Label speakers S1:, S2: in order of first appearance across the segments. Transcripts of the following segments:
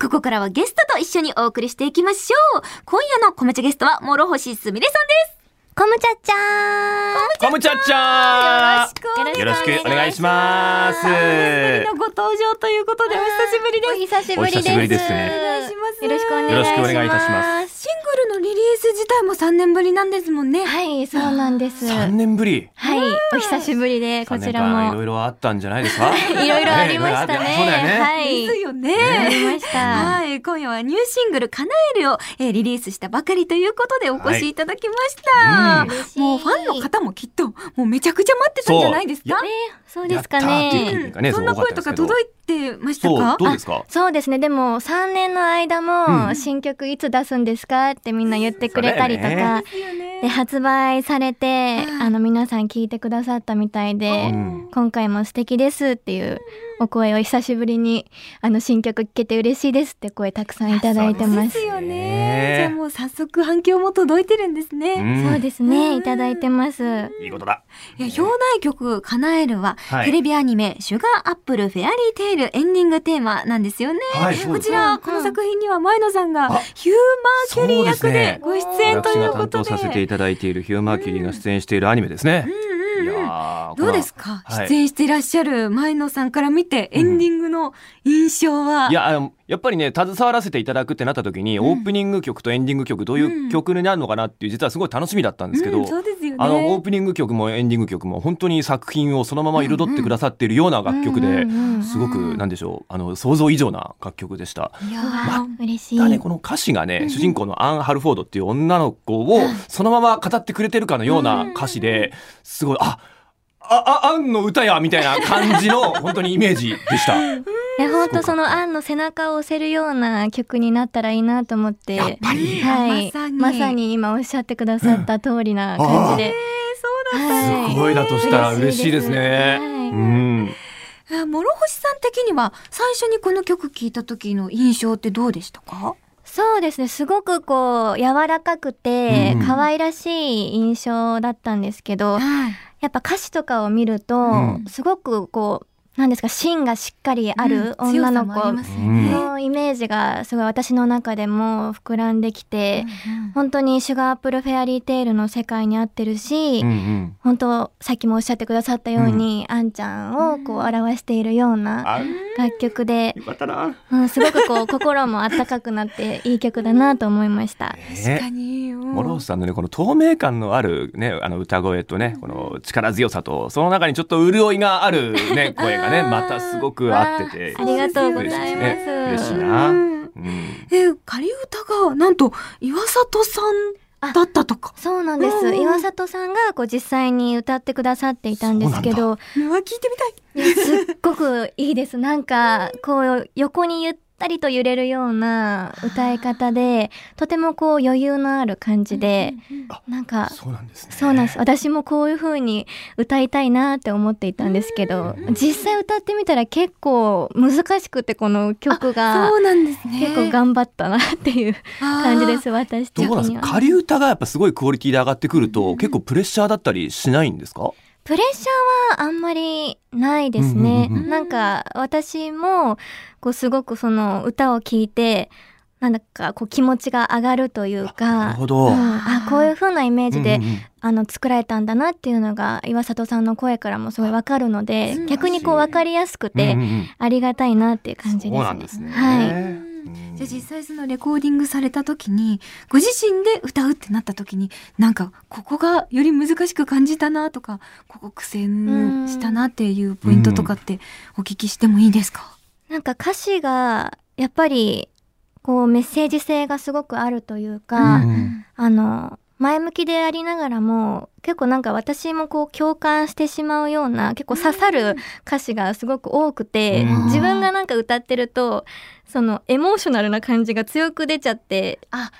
S1: ここからはゲストと一緒にお送りしていきましょう。今夜のコムチャゲストは、諸星すみれさんです。
S2: コムチャちゃん
S3: コムチャッチャー
S1: よろしく
S3: よろしくお願いします
S1: お久しぶりのご登場ということで、お久しぶりです。
S2: お久しぶりです
S3: お久しぶりです
S1: お願い
S3: ね
S1: します。
S2: よろしくお願いします
S3: よろしくお願いいたします
S1: シングルのリリース自体も3年ぶりなんですもんね。
S2: はいそうなんですは
S3: 三
S2: い
S3: 年ぶり
S2: お久しぶりでこ
S3: 三
S2: ち
S3: 年
S2: ら
S3: 間いろ
S2: も
S3: いろあったんじゃないですか
S2: いろいろありましたね
S3: ねそうだよね
S2: はい
S1: ですよね。
S2: ありました
S1: はい、今夜はニューシングル「叶えるを」えーリリースしたばかりということでお越しいただきました、
S3: はいうん
S2: 嬉し い
S1: もうファンの方もきっともうめちゃくちゃ待ってたんじゃないですか
S2: ねそうですか
S3: やったーっていう
S2: ね
S3: ねね
S1: そんな
S3: そう多
S1: 声
S3: か
S1: と
S3: ったです
S1: か
S3: けど
S1: 届いてました
S3: そう
S1: か
S3: どうですか
S2: そうですねでも3年の間
S3: う
S2: も
S3: ん
S2: 新曲いつ出すんですかってみんな言ってくれたりと
S3: そうだ
S2: か
S3: よ
S1: ですよね
S2: で発売されて
S1: うん
S2: あの皆さん聞いてくださったみたいで
S3: うん
S2: 今回も素敵ですっていうお声を久しぶりにあの新曲聞けて嬉しいですって声たくさんいただいてま
S1: ですすよね
S3: ね
S1: じゃあもう早速反響も届いてるんですね、
S3: うん
S2: そうです
S1: う
S2: ね、
S1: ん
S2: いただいてます。
S3: いいことだ
S1: いや表題曲「叶えるは」
S3: はい
S1: テレビアニメ「シュガーアップルフェアリーテイル」エンディングテーマなんですよね、
S3: はいそう
S1: こ
S3: です
S1: ちらこの作品には前野さんがヒューマーキュリー役でご出演と
S3: 私
S1: い
S3: が
S1: うこ
S3: 担
S1: と
S3: 当させて
S1: で
S3: いただいているヒューマーキュリーが出演しているアニメですね
S1: うん
S3: い
S1: うんうん
S3: やー
S1: どうですか、
S3: はい
S1: 出演していらっしゃる前野さんから見てエンディングの印象は、
S3: いやあのやっぱりね携わらせていただくってなった時に、オープニング曲とエンディング曲どういう曲になるのかなっていう実はすごい楽しみだったんですけど、
S1: うん、そうですよね
S3: あのオープニング曲もエンディング曲も本当に作品をそのまま彩ってくださっているような楽曲で、
S2: うんうんうん
S3: すごくなんでしょうあの想像以上な楽曲でした。
S1: いや
S2: うわ嬉しい。
S3: だね、この歌詞がね、主人公のアン・ハルフォードっていう女の子をそのまま語ってくれてるかのような歌詞ですごいあああアンの歌やみたいな感じ の本当にイメージでした。
S2: え、本当そのアンの背中を押せるような曲になったらいいなと思って。
S3: やっぱり
S2: は
S1: ま
S2: い、
S1: さに
S2: まさに今おっしゃってくださった通りな感じで。は
S3: すごいだとしたら嬉しいですね。
S2: はい
S3: うん
S1: あ諸星さん的には最初にこの曲聴いた時の印象ってどうでしたか
S2: そうですねすごくこう柔らかくて
S3: うん
S2: 可愛らしい印象だったんですけ
S1: は
S2: ど、
S1: い
S2: やっぱ歌詞とかを見ると、
S3: うん
S2: すごくこうなんですか芯がしっかりある
S1: うん
S2: 女の
S1: 強さもあ
S2: 子
S1: りますよ
S3: うん
S1: ね
S2: のイメージがすごい私の中でも膨らんできて、本当にシュガーアップルフェアリーテイルの世界に合ってるし、
S3: うんうん
S2: 本当さっきもおっしゃってくださったように、あんちゃんをこう表しているような
S3: あ
S2: 楽曲で、
S3: よかったな。
S2: うん、すごくこう心も温かくなっていい曲だなと思いました。
S1: 確かに、うん
S3: モロースさんのねこの透明感のあるねあの歌声とねこの力強さとその中にちょっと潤いが あるね声がね
S1: あー
S3: またすごく合ってて
S2: ありがとうございます。
S3: 嬉しいな。
S1: うん
S3: うん
S1: え仮歌がなんと岩里さんだったとか
S2: そうなんです、
S1: うん
S2: 岩里さんがこう実際に歌ってくださっていたんですけど
S1: うわ聞いてみたい
S2: いやすっごくいいですなんかこう横にゆったりと揺れるような歌い方でとてもこう余裕のある感じで、なんか
S3: そうなんですね。
S2: そうなんです私もこういう風に歌いたいなって思っていたんですけど実際歌ってみたら結構難しくてこの曲が
S1: そうなんですね
S2: 結構頑張ったなっていう感じです私
S3: ど
S2: 的
S3: うなんです
S2: に
S3: か
S2: は。
S3: 仮歌がやっぱすごいクオリティで上がってくると、結構プレッシャーだったりしないんですか
S2: プレッシャーはあんまりないですね。
S3: うんうんうん
S1: うん
S2: なんか私もこうすごくその歌を聴いてなんだかこう気持ちが上がるという
S3: なる
S2: か。
S3: ほど。
S2: うんあこういう風なイメージで、
S3: うんうんうん
S2: あの作られたんだなっていうのが岩里さんの声からもすごいわかるの
S1: 素
S2: で
S1: 晴らしい
S2: 逆にこうわかりやすくて
S3: うんうんうん
S2: ありがたいなっていう感じですね。
S3: そうなんですね。
S2: はい、
S3: うん
S1: じゃあ実際そのレコーディングされた時にご自身で歌うってなった時になんかここがより難しく感じたなとかここ苦戦したなっていうポイントとかってお聞きしてもいいですか、
S2: なんか歌詞がやっぱりこうメッセージ性がすごくあるというか、
S3: うん
S2: あの前向きでありながらも結構なんか私もこう共感してしまうような結構刺さる歌詞がすごく多くて、
S3: うん
S2: 自分がなんか歌ってるとそのエモーショナルな感じが強く出ちゃって、
S1: うんうん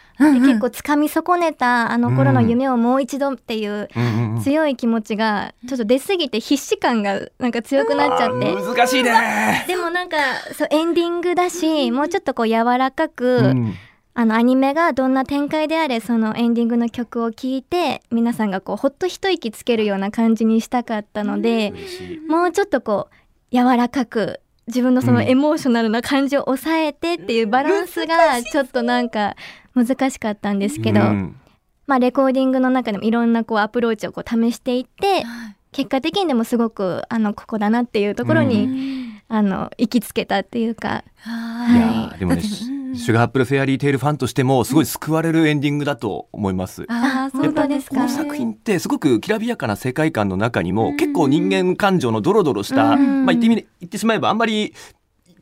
S2: 結構つかみ損ねたあの頃の夢をもう一度っていう
S3: うんうんうん
S2: 強い気持ちがちょっと出過ぎて必死感がなんか強くなっちゃって。
S3: あー難しいね。
S2: でもなんかそうエンディングだしもうちょっとこう柔らかく、
S3: うん
S2: あのアニメがどんな展開であれそのエンディングの曲を聴いて皆さんがこうほっと一息つけるような感じにしたかったので、
S3: 嬉しい
S2: もうちょっとこう柔らかく自分のその
S3: うん
S2: エモーショナルな感じを抑えてっていうバランスがちょっとなんか難しかったんですけど、
S3: うん
S2: まあレコーディングの中でもいろんなこうアプローチをこう試していって結果的にでもすごくあのここだなっていうところに、あの行きつけたっていうか
S1: はいい
S3: やーでも
S1: だっ
S3: ね、
S1: て
S3: シ
S1: うん
S3: ュガーアップルフェアリーテイルファンとしてもすごい救われるエンディングだと思います。
S1: あー
S2: やっぱ
S1: そうです
S3: こ
S1: か
S3: の作品ってすごくきらびやかな世界観の中にも結構人間感情のドロドロした、
S2: うん
S3: まあ言ってみれ言ってしまえばあんまり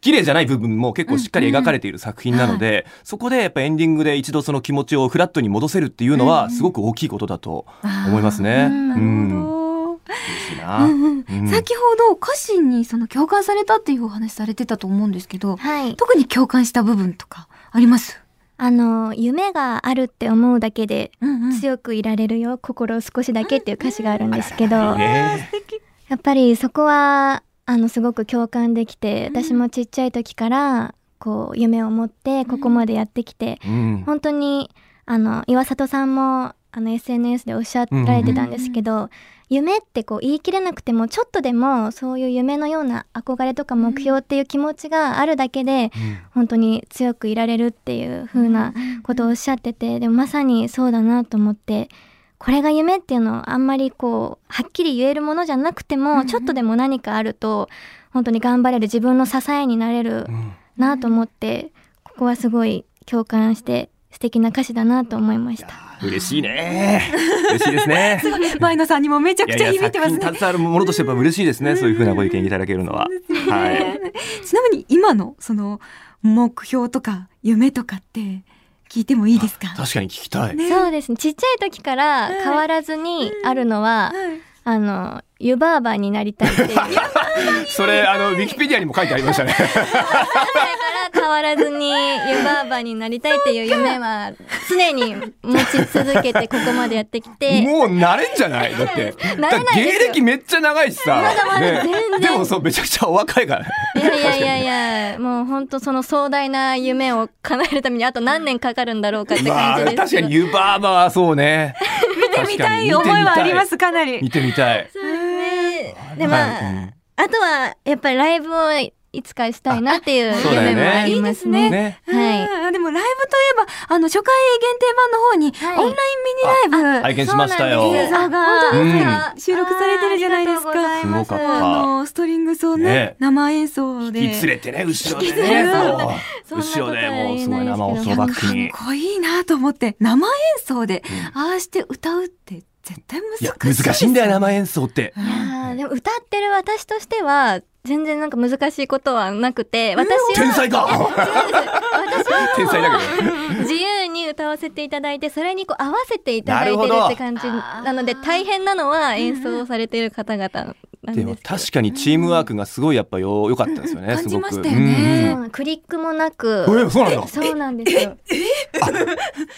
S3: 綺麗じゃない部分も結構しっかり描かれている作品なので、そこでやっぱエンディングで一度その気持ちをフラットに戻せるっていうのはすごく大きいことだと思いますね。
S2: う
S3: うんん、
S1: なるほど
S3: 嬉 しい
S1: うん
S3: な。
S1: うん
S3: うん
S1: 先ほど歌詞にその共感されたっていうお話されてたと思うんですけど
S2: はい
S1: 特に共感した部分とかあります、
S2: あの夢があるって思うだけで
S1: うんうん
S2: 強くいられるよ心を少しだけっていう歌詞があるんですけど
S3: いい
S2: や
S3: ね
S2: っぱりそこはあのすごく共感できて
S1: うん
S2: 私もちっちゃい時からこう夢を持ってここまでやってきて
S3: うん
S2: 本当にあの岩里さんもあの SNS でおっしゃられてたんですけど、夢ってこう言い切れなくてもちょっとでもそういう夢のような憧れとか目標っていう気持ちがあるだけで本当に強くいられるっていう風なこ とをおっしゃっててでもまさにそうだなと思ってこれが夢っていうのをあんまりこうはっきり言えるものじゃなくて
S1: うんう
S2: も
S1: ん
S2: ちょっとでも何かあると本当に頑張れる自分の支えになれる
S3: うん
S2: なと思ってここはすごい共感して素敵な歌詞だなと思いました。
S3: 嬉しいね。嬉しいです ね。
S1: 前野さんにもめちゃ
S3: い
S1: く
S3: や
S1: ちゃ
S3: いや
S1: 響いて
S3: 作
S1: ま
S3: 品
S1: す
S3: に
S1: ね
S3: 携わるものとしてやっぱ嬉しいですね。そういうふうなご意見いただけるのは。はい。
S1: ちなみに今のその目標とか夢とかって聞いてもいいですか
S3: 確かに聞きたい。
S1: ね
S2: そうですねちっちゃい時から変わらずにあるの
S1: は
S2: は、
S1: い
S2: あの湯婆婆になりたいっていう前か
S3: それあのウィキペディアにも書いてありましたね。
S2: ら変わらずに湯婆婆になりたいっていう夢は常に持ち続けてここまでやってきて
S3: もう慣れんじゃないだ って。
S2: なれないです
S3: 芸
S2: よ
S3: 歴めっちゃ長いしさ。
S2: まだまだ全然
S3: でもそうめちゃくちゃお若いからね。
S2: いやいやいやいやもう本当その壮大な夢を叶えるためにあと何年かかるんだろうかって
S3: ま
S2: 感
S3: あ
S2: じですけど、
S3: 確かにユーバーバーはそうね。
S1: 見てみたい思いはありますかなり
S3: 見てみたい。
S2: そうですねでまあ、
S3: はいうん
S2: あとはやっぱりライブをいつかしたいなっていう
S3: あそうだよね
S2: 夢もあります
S1: いい
S2: ね。
S3: ね。
S2: はい。
S1: うんでもライブといえばあの初回限定版の方に、
S2: はい
S1: オンラインミニライブ
S3: 拝見しました
S2: そ
S3: よ
S2: う。なんです
S1: 映像が
S2: あ本当ですか
S1: うん収録されてるじゃないですか
S2: あーありがとうございます
S3: ごかっ
S1: あのストリングスをね
S3: ね
S1: 生演奏で
S3: 引き連れてね後ろで
S1: 引き連
S3: ね。
S1: れて
S3: もう
S2: そんなこと
S3: 後ろ
S2: は
S3: でもうす
S2: 言
S3: ご
S2: えないいですけど
S3: 生音をバックに。
S1: かっこいいなと思って生演奏で、ああして歌うって絶対難しい
S3: いや難しいんだよ
S1: な
S3: 生演奏って。
S2: いやーでも歌ってる私としては全然なんか難しいことはなくて私
S3: 天
S2: は
S3: 才か。
S2: 私は
S3: 天才だけど。
S2: 自由に歌わせていただいてそれにこう合わせていただいてるって感じ
S1: なるほど
S2: なので大変なのは演奏されてる方々なん
S3: で
S2: で
S3: も
S2: すけど
S3: 確かにチームワークがすごいやっぱよ良かったですよね。
S1: 感
S3: す
S1: じ
S3: ご
S1: ま
S3: く。
S1: したよね
S2: そうクリックもなく
S3: うんえそうなんだ。
S2: そうなんですよ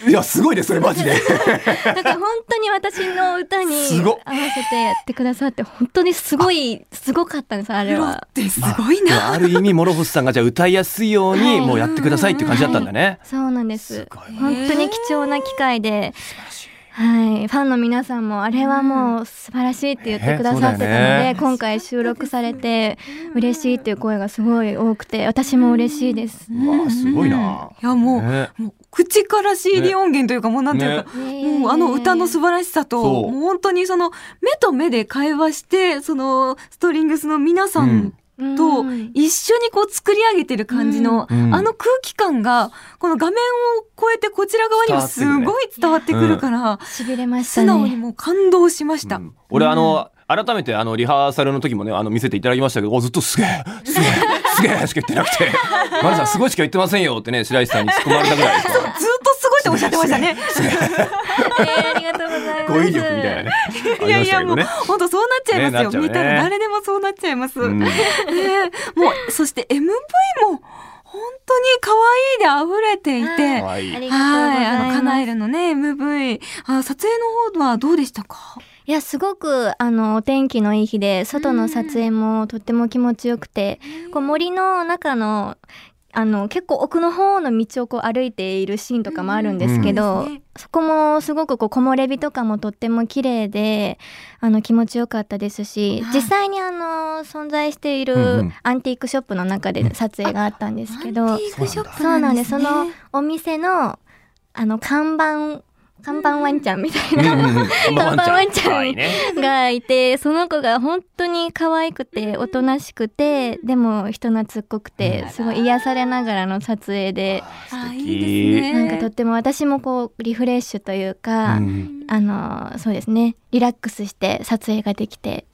S3: いやすごいですそれマジで。
S2: だから本当に私の歌に
S3: す
S2: 合
S3: ごっ
S2: わせてやってくださって本当にすごいすごかったんですあれ
S1: ロ
S2: は
S1: っ。てすごい
S3: で
S1: な、
S3: もある意味諸星さんがじゃあ歌いやすいよう
S2: はい
S3: にもうやってくださいっていう感じだったんだね。
S2: そうなんです
S3: ごい
S2: 本当に貴重な機会で、はい、ファンの皆さんもあれはもう素晴らしいって言ってくださってた
S3: ねそ
S2: ので、
S3: うだよね
S2: 今回収録されて嬉しいっていう声がすごい多くて私も嬉しいです。
S3: うわあすごいな。
S1: いやもう,、
S3: ね
S1: もう口から CD
S3: ね
S1: 音源というかもうなんていうか、もうあの歌の素晴らしさと、
S3: そう
S1: もう本当にその目と目で会話して、そのストリングスの皆さん
S2: ら
S1: と一緒にこう作り上げてる感じの、
S3: うん
S1: あの空気感が、この画面を越えてこちら側にもすごい伝わってくるから、
S2: しびれました
S1: 素直に
S2: ね。
S1: もう感動しました。
S3: うん俺あの改めてあのリハーサルの時もねあの見せていただきましたけどおずっとすげえすげえすげえしか言ってなくて「マルさんすごいしか言ってませんよ」ってね白石さんに突っ込まれたぐらいですから
S1: ずっとすごいっておっしゃってました ね。
S2: えーありがとうございます。
S3: 語彙力みたいなね。あ
S1: い
S3: り
S1: や
S3: ま
S1: い
S3: した
S1: や
S3: け
S1: も
S3: ど
S1: う
S3: ね。
S1: 本当そうなっちゃいます
S3: ねな
S1: よ。
S3: っちゃうね
S1: 見たら誰でもそうなっちゃいます。
S3: うん
S1: ねえもうそして MV も本当に可愛いで溢れていて
S3: 可愛い
S2: ありがとうご
S1: はいあの
S2: ざい
S1: カ
S2: ます
S1: ナエ。ルのね MV あ撮影の方はどうでしたか
S2: いやすごくあのお天気のいい日で外の撮影もとっても気持ちよくて、こう森の中のあの結構奥の方の道をこう歩いているシーンとかもあるんですけど、
S1: うんうんうん
S2: そこもすごくこう木漏れ日とかもとっても綺麗であの気持ちよかったですし、
S1: はい
S2: 実際にあの存在してい
S3: うんう
S2: る
S3: ん
S2: アンティークショップの中で撮影があったんですけど、
S1: アンティークショップ
S2: そう
S1: な
S2: なんん
S1: で
S2: ですす
S1: ね。
S2: そのお店のあの看板看板ワンちゃんみたいな、
S3: うんうんうん看板ワンちゃん
S2: 看板ワンちゃん
S3: 可愛いね。
S2: がいてその子が本当に可愛くておとなしくてでも人懐っこくてすごい癒されながらの撮影で
S1: あ
S3: 素
S1: いいです
S3: 敵
S1: ね。
S2: なんかとっても私もこうリフレッシュというか、
S3: うん
S2: あのそうですねリラックスして撮影ができて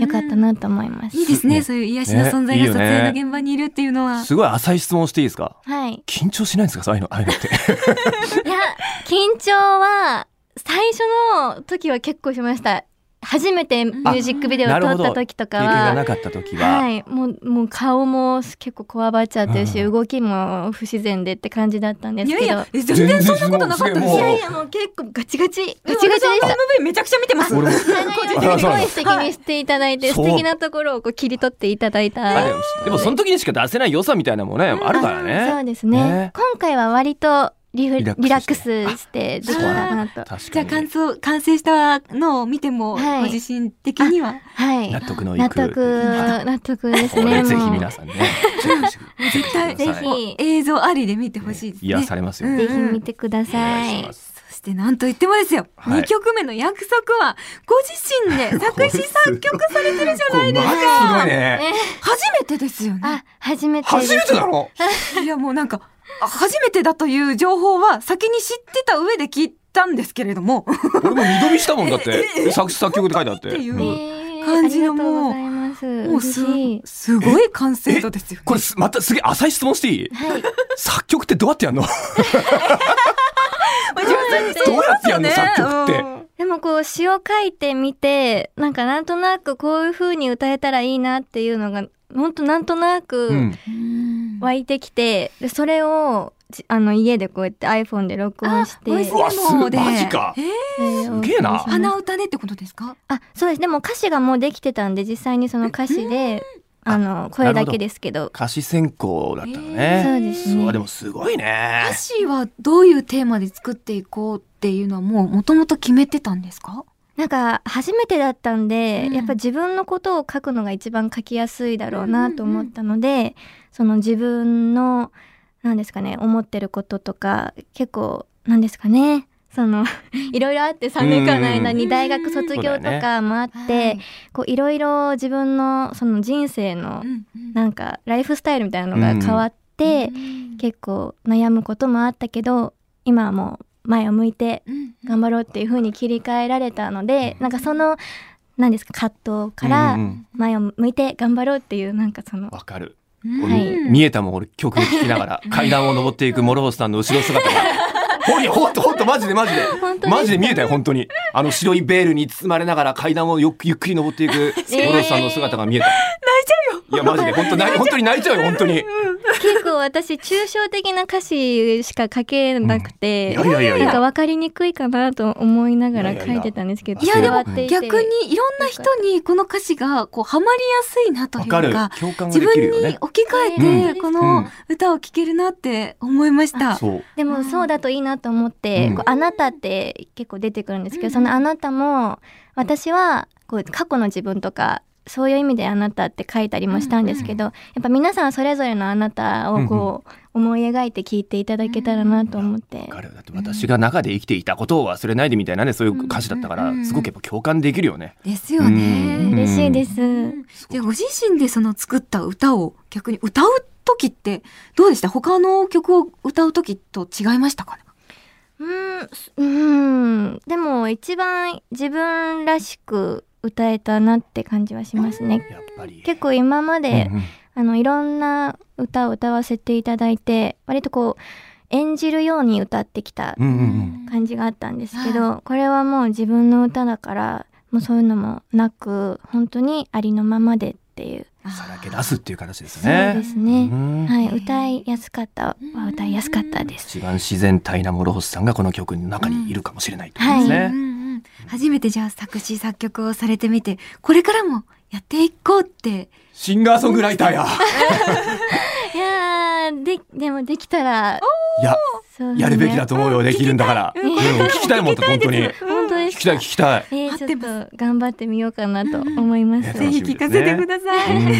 S2: よかったなと思います。
S1: いいですね。そういう癒しの存在が撮影の現場にいるっていうのは。
S3: すごい浅い質問していいですか
S2: はい、
S3: 緊張しないんですかそういうの、ああいうのって。
S2: いや緊張は最初の時は結構しました初めてミュージックビデオ
S3: な
S2: を
S3: る
S2: 撮
S3: ほ
S2: っ
S3: ど
S2: た時と
S3: 経
S2: か
S3: 験が
S2: は
S3: なかった時は。
S2: はいもうもう顔も結構こわばっちゃってるし、
S3: うん
S2: 動きも不自然でって感じだったんです
S1: い
S2: け
S1: や
S2: ど
S1: いや、え全然そんなことなかったです
S3: も
S1: よ。
S3: う
S2: い
S1: い
S2: や
S1: や
S2: い
S1: いや
S2: やもう結構ガチガチガ
S1: う
S2: チガチでし
S1: 私
S2: た
S1: あの MV めちゃくちゃ見てます。
S3: 俺も
S2: す
S3: あそう
S2: ごい素敵にしていただいて
S3: そ
S2: 素
S3: う
S2: 敵なところをこう切り取っていただ
S3: あ
S2: い
S3: れ
S2: た
S3: でもその時にしか出せない良さみたいなのもね、あるからね。
S2: そうですね
S3: ね
S2: 今回は割とリフ
S3: リ
S2: リ
S3: ラ
S2: ラ
S3: ックスして
S2: ックスしてできたかなと
S3: 確
S1: じゃ
S3: か
S1: あ感
S3: に。
S1: 想完成したのを見ても、
S2: はい
S1: ご自身的には
S2: はい
S3: 納得のい
S2: 納
S3: く。
S2: 得 納得です
S3: これ
S2: ね
S3: ぜ
S2: も
S3: ひ
S2: う
S3: 皆さんね、チェックして
S1: 絶対
S3: ぜひ
S2: ぜひ
S1: 映像ありで見てほしいですね。
S3: 癒されますよ。
S1: うん
S2: ぜひ見てくだ
S3: お願
S2: さ
S3: い
S2: い。
S3: します
S1: そしてなんといってもですよ、
S3: は
S1: 二
S3: い
S1: 2曲目の約束はご自身で作詞作曲されてる じゃないです
S3: これマジ
S1: か
S3: すごいね。
S1: 初めてですよね
S2: あ、初めてです。
S3: 初めてだろ
S1: いやもうなんかあ初めてだという情報は先に知ってた上で聞いたんですけれども
S3: 俺も二度見したもんだって。作詞作曲って書いてあって。
S1: 本当にってい
S2: え
S3: うん
S2: ー
S1: 感じの
S2: ありがとう
S1: もう
S2: ございます。
S1: もう
S2: 嬉
S1: す
S2: しい。
S1: すごい完成度ですよね
S3: これすまたすげえ浅い質問していい
S2: はい。
S3: 作曲ってどうやってやんの
S1: まあ自分で
S3: どうやってやん
S1: そう
S3: の
S1: で
S3: 作
S1: すよ
S3: 曲って。
S1: ね
S2: でもこう詩を書いてみて、なんかなんとなくこういう風に歌えたらいいなっていうのが、本当なんとな
S3: う
S2: く
S3: ん。
S1: うん
S2: 湧いてきて、でそれをじあの家でこうやって iPhone で録音して、
S1: ボイス
S3: うわす
S1: メモで
S3: マジか
S1: えー
S2: す
S3: げえな
S1: 鼻歌でってことですか
S2: あ、そうです。でも歌詞がもうできてたんで、実際にその歌詞で、
S3: うん
S2: あの声だけですけど、
S3: 歌詞選考だった
S1: え
S3: の
S1: ー
S2: そ
S3: ね。
S2: うです
S3: そう
S2: ね
S3: で。もすごい
S1: 歌
S3: ね。
S1: 詞はどういうテーマで作っていこうっていうのはもうもともと決めてたんですか
S2: なんか初めてだったんで、
S1: うん
S2: やっぱ自分のことを書くのが一番書きやすいだろうなと思ったので、その自分のなんですかね思ってることとか結構なんですかねそ のいろいろあって3年間の間
S1: う
S2: に
S1: ん
S2: 大学卒業とかもあって、こういろいろ自分のその人生の
S1: うんうん
S2: なんかライフスタイルみたいなのが変わって、
S1: うん
S2: 結構悩むこともあったけど今はもう前を向いて
S1: うん
S2: 頑張ろうっていう風に切り替えられたので、なんかその何ですか葛藤か
S3: う
S2: ら
S3: んうん
S2: 前を向いて頑張ろうっていうなんかその
S3: わか
S1: うん
S3: る。
S2: はい
S3: 俺見えたもん俺曲聴きながら階段を登っていく諸星さんの後ろ姿が。ほんとほんとほんとマジでマジで
S2: 本当
S3: マジで見えたよ本当にあの白いベールに包まれながら階段をよくゆっくり登っていく諸星さんの姿が見えた、泣いちゃうよいやマジで本当泣い本当に泣いちゃうよ本当にい
S2: 結構私抽象的な歌詞しか書けなくて、
S3: やいやいやい
S2: なんか
S3: や
S2: 分かりにくいかなと思いながら書いてたんですけど
S3: いやいや
S2: 伝わっていて
S1: 逆にいろんな人にこの歌詞がこうハマりやすいなとい
S3: わ
S1: う
S3: かる
S1: か
S3: 共感が
S1: 自
S3: できる
S1: 分
S3: よ
S1: に
S3: ね
S1: 置き換え
S2: う
S1: て
S2: ん
S1: この歌を聴けるなって思いました。
S3: そう
S2: でもそうだといいなと思って、
S3: うん
S2: こうあなたって結構出てくるんですけど、
S1: うん
S2: そのあなたも私はこう過去の自分とかそういう意味であなたって書いたりもしたんですけど、やっぱ皆さんそれぞれのあなたをこう思い描いて聞いていただけたらなと思って、
S3: わかるだって私が中で生きていたことを忘れないでみたいなねそういう歌詞だったか
S1: うん
S3: らすごくやっぱ共感できるよね
S1: ですよ
S3: うん
S1: ね。
S2: 嬉しいです、
S1: うんじゃあご自身でその作った歌を逆に歌う時ってどうでした他の曲を歌う時と違いましたかね
S2: うん、すうん、でも一番自分らしく歌えたなって感じはしますね。
S3: やっぱり
S2: 結構今まで、
S3: うんうん
S2: あのいろんな歌を歌わせていただいて割とこう演じるように歌ってきた
S3: うんうん
S2: 感じがあったんですけど、これはもう自分の歌だからもうそういうのもなく本当にありのままでっていう
S3: うんさらけ出すっていう形です
S2: そう
S3: ね
S2: ですね、
S3: うん
S2: はい
S1: うん
S2: 歌いやすかったは歌いやすかったです、
S3: 一番自然体な諸星さんがこの曲の中にいるかもしれないと思います
S2: そう
S3: ね。
S1: うんうんうん初めてじゃあ作詞作曲をされてみてこれからもやっていこうって
S3: シンガーソングライターや。
S2: いやーででもできたら
S3: いや、
S2: そうですね
S3: やるべきだと思うよ、できるんだから。うん、聞きたいもん、本当に。聞
S2: 本当です
S3: きたい、聞きたい。
S2: えー
S1: ま待ってます
S2: ちょっと頑張ってみようかなと思います。
S3: うん
S1: ぜ
S3: 楽
S1: ひ
S3: し
S1: 聞
S3: みで
S1: か
S3: すね
S1: せてください。
S3: うん
S1: そ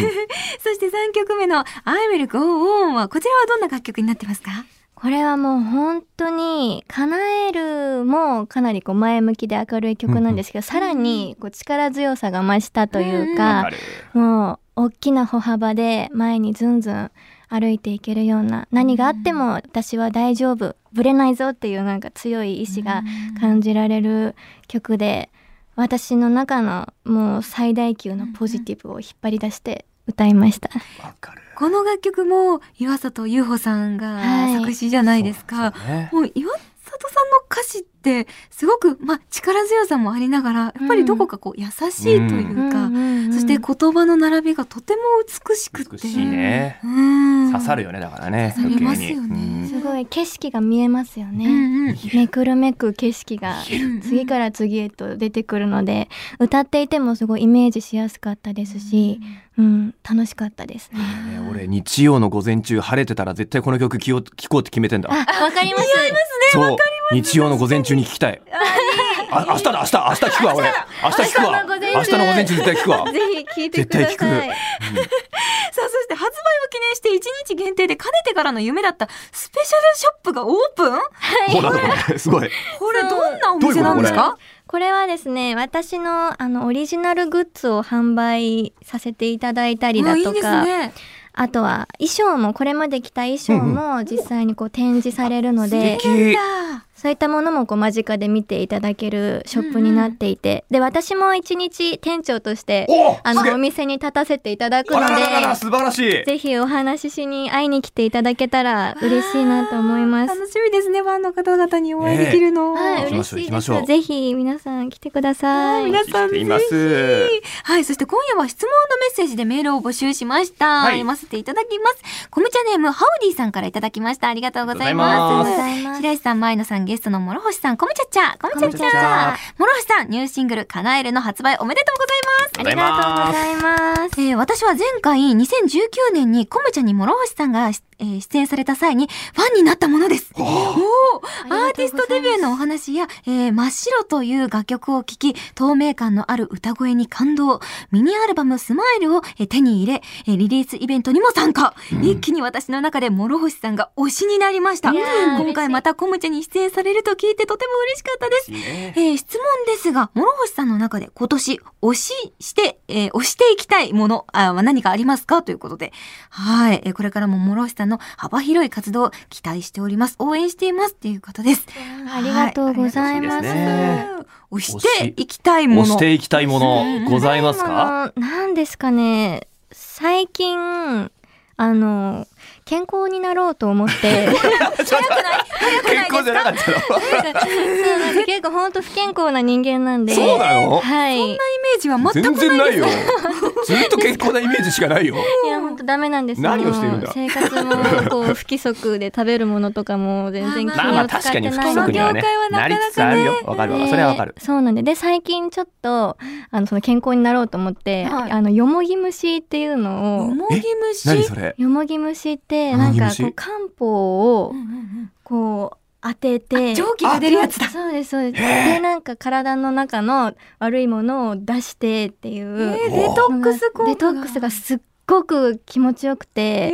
S1: して3曲目の「I will go on」はこちらはどんな楽曲になってますか
S2: これはもう本当に「叶える」もかなりこう前向きで明るい曲なんですけど、さらにこう力強さが増したという
S3: わか
S2: か、
S3: る
S2: もう大きな歩幅で前にずんずん歩いていけるような何があっても私は大丈夫ぶれないぞっていうなんか強い意志が感じられる曲で私の中のもう最大級のポジティブを引っ張り出して歌いました。
S3: わかる
S1: この楽曲も岩里優穂さんが
S2: はい
S1: 作詞じゃないですか。
S3: そうね
S1: もう岩里さんの歌詞ってすごく、まあ、力強さもありながらやっぱりどこかこう優しいというか、
S2: うんうんうん
S1: そして言葉の並びがとても美しくて
S3: 美しいね
S1: うん
S3: 刺さるよねだからね
S1: 刺さります
S3: 余計
S1: よ
S3: に
S1: ね
S3: うん
S2: すごい景色が見えますよね。
S1: うんうん
S2: めくるめく景色が
S3: 言える
S2: 次から次へと出てくるので歌っていてもすごいイメージしやすかったですし、うん、楽しかったですね。
S3: ね俺日曜の午前中晴れてたら絶対この曲聴こうって決めてんだ
S2: あ、わかります。
S3: そう日曜の午前中に聞きたいあ明日だ明日明日聞くわ俺明日聞くわ
S2: 明日の午前中
S3: 明日の午前中絶対聞くわ
S2: ぜひ聞いてくだ
S3: 絶対
S2: さい。
S1: さあそして発売を記念して1日限定でかねてからの夢だったスペシャルショップがオープン
S3: そうなんだこれすごい
S1: これ
S2: そう
S1: どんなお店なんですか
S2: これはですね、私のあのオリジナルグッズを販売させていただいたりだ
S1: あい
S2: と
S1: いで
S2: か、
S1: すね
S2: あとは衣装もこれまで着た衣装も実際にこう展示されるので、
S3: 素敵
S1: あ
S2: そういったものもこう間近で見ていただけるショップになっていて、で私も一日店長として
S3: お
S2: あ
S3: すげえ
S2: のお店に立たせていただく
S3: あ
S2: の
S3: らららら
S2: で
S3: 素晴らしい
S2: ぜひお話ししに会いに来ていただけたら嬉しいなと思います。
S1: 楽しみですねファンの方々にお会いできるの、
S2: はい、
S3: 行き
S2: 嬉
S3: ましょう
S2: し
S3: 行
S2: い
S3: きま
S2: で
S3: しょ
S2: す。
S3: う
S2: ぜひ皆さん来てください。
S1: 皆さん
S3: しています
S1: ぜひはい、そして今夜は質問のメッセージでメールを募集しました。
S3: はい
S1: 読ませていただきます。コムチャネーム、ハウディさんからいただきました。ありがとうござい
S3: あ
S1: ま
S3: りがとうご
S1: す。
S3: ざ
S2: いま
S1: 白石さん、前野さん、ゲストの諸星さん、コムチャッチャ、コムチャッチ
S3: コムチャッチ
S1: ャ
S3: ャ、
S1: 諸星さん、ニューシングル、叶えるの発売おめでとうございます。
S2: ありがとうございます。
S1: えー私は前回2019年にコムチャに諸星さんが、えー出演された際にファンになったものです。おおーアーティストデビューのお話や、えー真っ白という楽曲を聴き、透明感のある歌声に感動。ミニアルバムスマイルを、えー手に入れ、えーリリースイベントにも参加。一気に私の中で諸星さんが推しになりました。
S2: いやー
S1: 今回またコムチャに出演されると聞いてとても嬉しかったです。
S3: ね
S1: えー質問ですが、諸星さんの中で今年推しして、えー推していきたいものあは何かありますかということで、はい、えーこれからも諸星さんの幅広い活動を期待しております。応援していますっていうことです。
S2: ありがとうございます。
S3: はいね
S1: 推していきたいも
S3: 押
S1: の。
S3: していきたいものございますか
S2: あの何ですかね最近あの健康になろうと思って
S3: 健康じゃなかったの
S2: そうなんか結構本当不健康な人間なんで
S3: そうなの
S2: はいい
S1: イメージは全
S3: 全
S1: く
S3: 然
S1: ない
S3: な
S1: です
S3: いよずっと健康なイメージしかないよ
S2: や本当ダメなんですよ
S3: 何をしてるんだ
S2: 生活もこう不規則で食べるものとかも全然気を
S3: まあまあ
S2: 使
S3: 確
S2: っ
S3: か
S2: て
S3: に
S2: ない
S3: 不規則にはね
S1: この業界はな
S3: な
S1: かなかね
S3: りつつあるよわかるわかるそれはわかる
S2: でそうなんでで最近ちょっとあのその健康になろうと思って、
S1: はい
S2: あのよもぎ虫っていうのを、
S1: よもぎ虫。
S3: 何それ
S2: よもぎ虫って
S3: よ
S2: な
S3: も
S2: ん
S3: ぎ
S2: か
S3: 虫
S2: こう漢方を
S1: うんうん
S2: こう当てて
S1: うん蒸気が出るやつだ。
S2: そうですそうですでなんか体の中の悪いものを出してっていう、
S1: えー、
S3: う
S1: デ
S3: わ
S1: トックス効果が。
S2: デトックスがすっごく気持ちよく
S1: え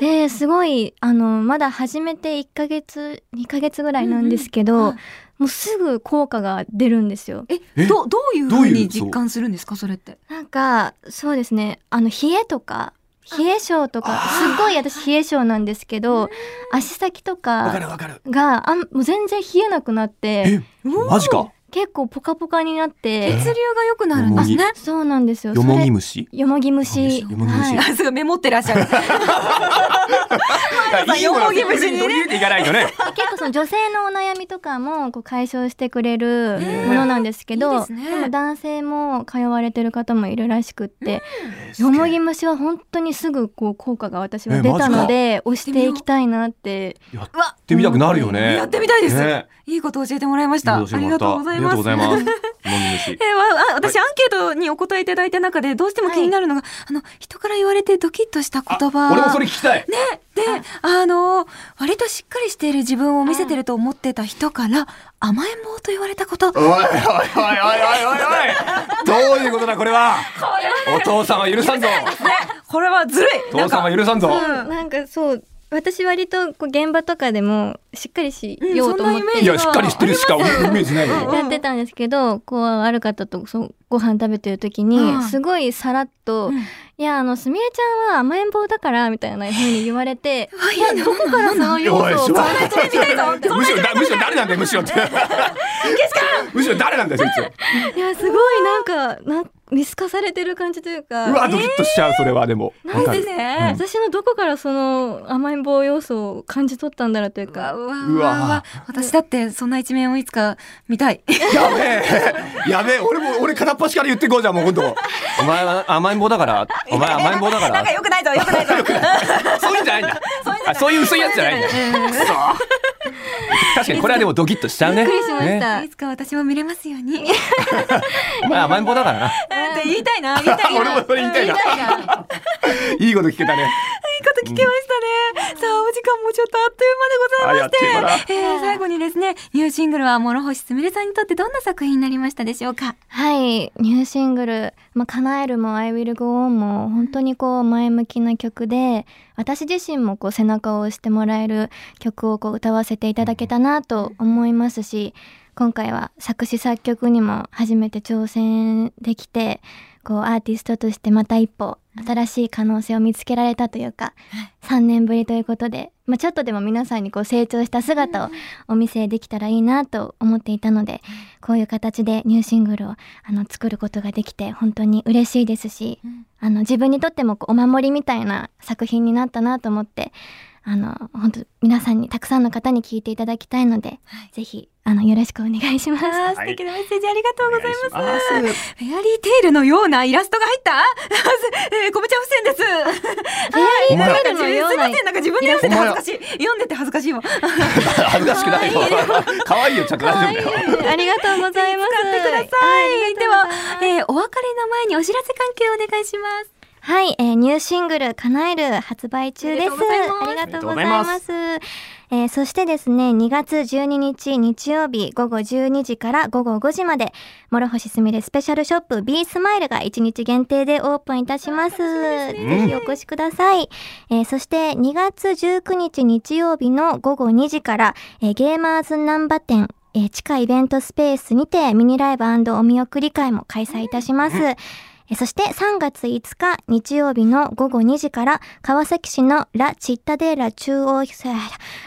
S2: て、ですごいあのまだ始めて1ヶ月2ヶ月ぐらいなんですけど、
S1: うんうんはい
S2: もうすぐ効果が出るんですよ
S1: ー、え、
S3: え
S1: ど、どういう
S3: ど
S1: ふう
S3: うい
S1: に
S3: うそう
S1: 実感するんですか、それって。
S2: なんかそうですねあの冷えとか冷え性とか
S3: あ
S2: すっごい私冷え性なんですけど足先と
S3: わか
S2: か
S3: るわかる
S2: があんもう全然冷えなくなって
S3: えマジか
S2: 結構ポカポカになって
S1: 血流が良くなるん
S3: よ
S1: で
S3: も
S1: す
S3: ぎ
S1: ね。
S2: そうなんですよ。
S3: よもぎ
S2: そ
S3: 虫
S2: れよもぎ虫。
S3: よもぎ虫
S2: はい
S3: よ
S1: あすごいメモってらっ しゃる。さん
S3: いいもの
S1: よもぎ虫にね
S3: 取り入れていかないとね
S2: 結構その女性のお悩みとかもこう解消してくれるものなんですけど、
S1: いいですね
S2: も男性も通われてる方もいるらしくって、よもぎ虫は本当にすぐこう効果が私は出たので押していきたいなって
S3: やっ
S1: うわ
S3: てみたくなるよね
S1: やってみたいです
S3: ね
S1: いいこと教えてもらいました。あ
S3: いいこと教えて
S1: り
S3: も
S1: がと
S3: らった
S1: うございます。
S3: ありがとうございます飲み虫
S1: え。ーわあ私、アンケートにお答えいただいた中でどうしても気になるのが、あの人から言われてドキッとした
S3: あ
S1: 言葉
S3: 俺もそれ聞きたい。
S1: ね、であの割としっかりしている自分を見せてると思ってた人から甘えん坊と言われたこと
S3: おいおいおいおいおいおいおいどういうことだこれはお父さんは許さんぞ
S1: これはずるいな
S3: 父
S1: ん
S3: さん
S1: か
S3: は許さんぞ
S2: うんなんかそう私割とこう現場とかでもしっかりし
S1: うん
S2: ようと思っ
S1: そんなイメー
S2: て
S1: ジ
S3: いやしっかりしてるしかイメージないよ
S2: やってたんですけどこうある方とそうご飯食べてる時
S1: うん
S2: にすごいさらっと
S1: うん
S2: 「いやあのすみれちゃんは甘えん坊だから」みたいな風に言われて
S1: あいやどこから
S2: そういう要
S3: おい
S2: 素
S3: し
S2: を
S3: ょ
S2: 感じてみたいと思って
S3: むしろだむしろ誰なんだよむしろってむしろ誰なんだよそいつ
S2: いやすごいなんかなん見透かされてる感じというか
S3: うわドキッとしちゃうそれはでもわか
S1: で
S3: る
S1: ね、
S2: 私のどこからその甘えん坊要素を感じ取ったんだろうという
S1: うわ
S2: か
S1: うわ
S3: う
S1: う
S3: わ
S1: わうわ私だってそんな一面をいつか見たい
S3: やべえやべえ俺も俺片っ端から言ってこうじゃんもう今度お前は甘えん坊だからお前甘えん坊だ か
S1: なんから良くないぞ良くないぞ
S3: そういうんじゃないんだあそういう薄いやつじゃないんだ
S1: うん
S3: くそ確かにこれはでもドキッとしちゃう ね
S2: びっくりしました
S3: ね
S1: いつか私も見れますよう にっ
S3: お前甘えん坊だからな
S1: て言いたいな言いたいな
S3: 俺もそれ言いたいな
S1: うん言いたいない
S3: いこと聞けたね
S1: いいこと聞けましたね、さあお時間もちょっとあっという間でございまして
S3: あやっ
S1: えー、最後にですねニューシングルは諸星すみれさんにとってどんな作品になりましたでしょうか
S2: はいニューシングル「まあ、叶える」も「I will go on」も本当にこう前向きな曲で私自身もこう背中を押してもらえる曲をこう歌わせていただけたなと思いますし今回は作詞作曲にも初めて挑戦できてこうアーティストとしてまた一歩新しい可能性を見つけられたというか3年ぶりということで、まあ、ちょっとでも皆さんにこう成長した姿をお見せできたらいいなと思っていたのでこういう形でニューシングルをあの作ることができて本当に嬉しいですし、
S1: うん
S2: あの自分にとってもこうお守りみたいな作品になったなと思ってあの本当皆さんにたくさんの方に聞いていただきたいので、ぜひあのよろしくお願いしま す。
S1: あー素
S3: はい
S1: 敵なメッセージありがとうございます。
S3: お願いします
S1: フェアリーテイルのようなイラストが入った、えー、こぶちゃん付箋です。
S2: フェアリーテイ
S1: なん
S2: ル
S1: か
S2: の
S1: 自分
S2: よ
S1: すい
S2: う
S1: ま
S2: な
S1: せん、なんか自分で読んでて恥ずかしい。読んでて恥ずかしいもん。使ってく
S3: 恥ずかしくないよ。可愛いよ、ちゃんと大丈夫だよ。
S2: ありがとうございま
S1: だ
S2: す。
S1: さい。では、えー、お別れの前にお知らせ関係をお願いします。
S2: はい、えーニューシングル「叶える」発売中で
S1: あ
S2: す。あ
S1: り
S2: り
S1: が
S2: が
S3: と
S2: と
S3: うござ
S2: うござ
S3: い
S2: い
S3: ま
S2: ますす。えーそしてですね、2月12日日曜日午後12時から午後5時まで、諸星すみれスペシャルショップ B スマイルが1日限定でオープンいたします。ぜ
S3: ね
S2: ひお越しください。えーそして2月19日日曜日の午後2時から、えーゲーマーズ難波店、えー地下イベントスペースにてミニライブお見送り会も開催いたします。えそして3月5日日曜日の午後2時から川崎市のラ・チッタデーラ中央、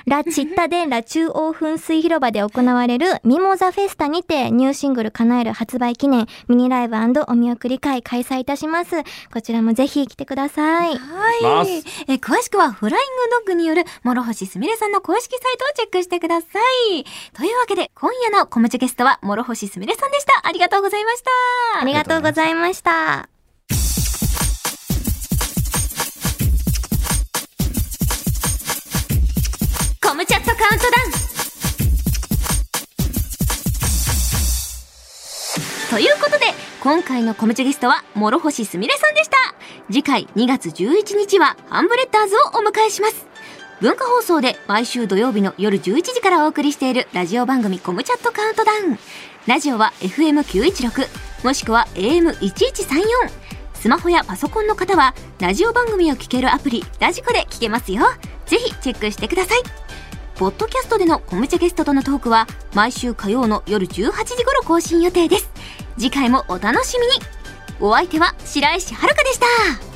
S2: ラ・チッタデーラ中央噴水広場で行われるミモザフェスタにてニューシングル叶える発売記念ミニライブお見送り会開催いたします。こちらもぜひ来てくださ
S1: は
S2: い。
S3: お願い
S1: い
S3: し。
S1: えー、詳しくはフライングドッグによる諸星すみれさんの公式サイトをチェックしてください。というわけで、今夜のコムチゲストは諸星すみれさんでした。ありがとうございました。
S2: ありがとうございました。
S1: コムチャットカウントダウンということで今回のコムチャゲストは諸星すみれさんでした次回2月11日はハンブレッダーズをお迎えします文化放送で毎週土曜日の夜11時からお送りしているラジオ番組コムチャットカウントダウンラジオは FM916 もしくは AM1134 スマホやパソコンの方はラジオ番組を聴けるアプリラジコで聴けますよぜひチェックしてくださいポッドキャストでのコムチャゲストとのトークは毎週火曜の夜18時頃更新予定です次回もお楽しみにお相手は白石遥でした